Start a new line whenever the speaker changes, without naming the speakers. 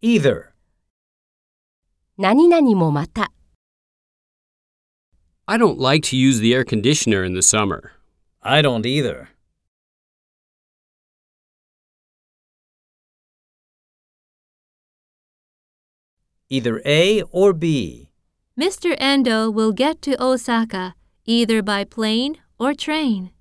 Either.
何々もまた、
I don't like to use the air conditioner in the summer.
I don't either. Either A or B.
Mr. Endo will get to Osaka either by plane or train.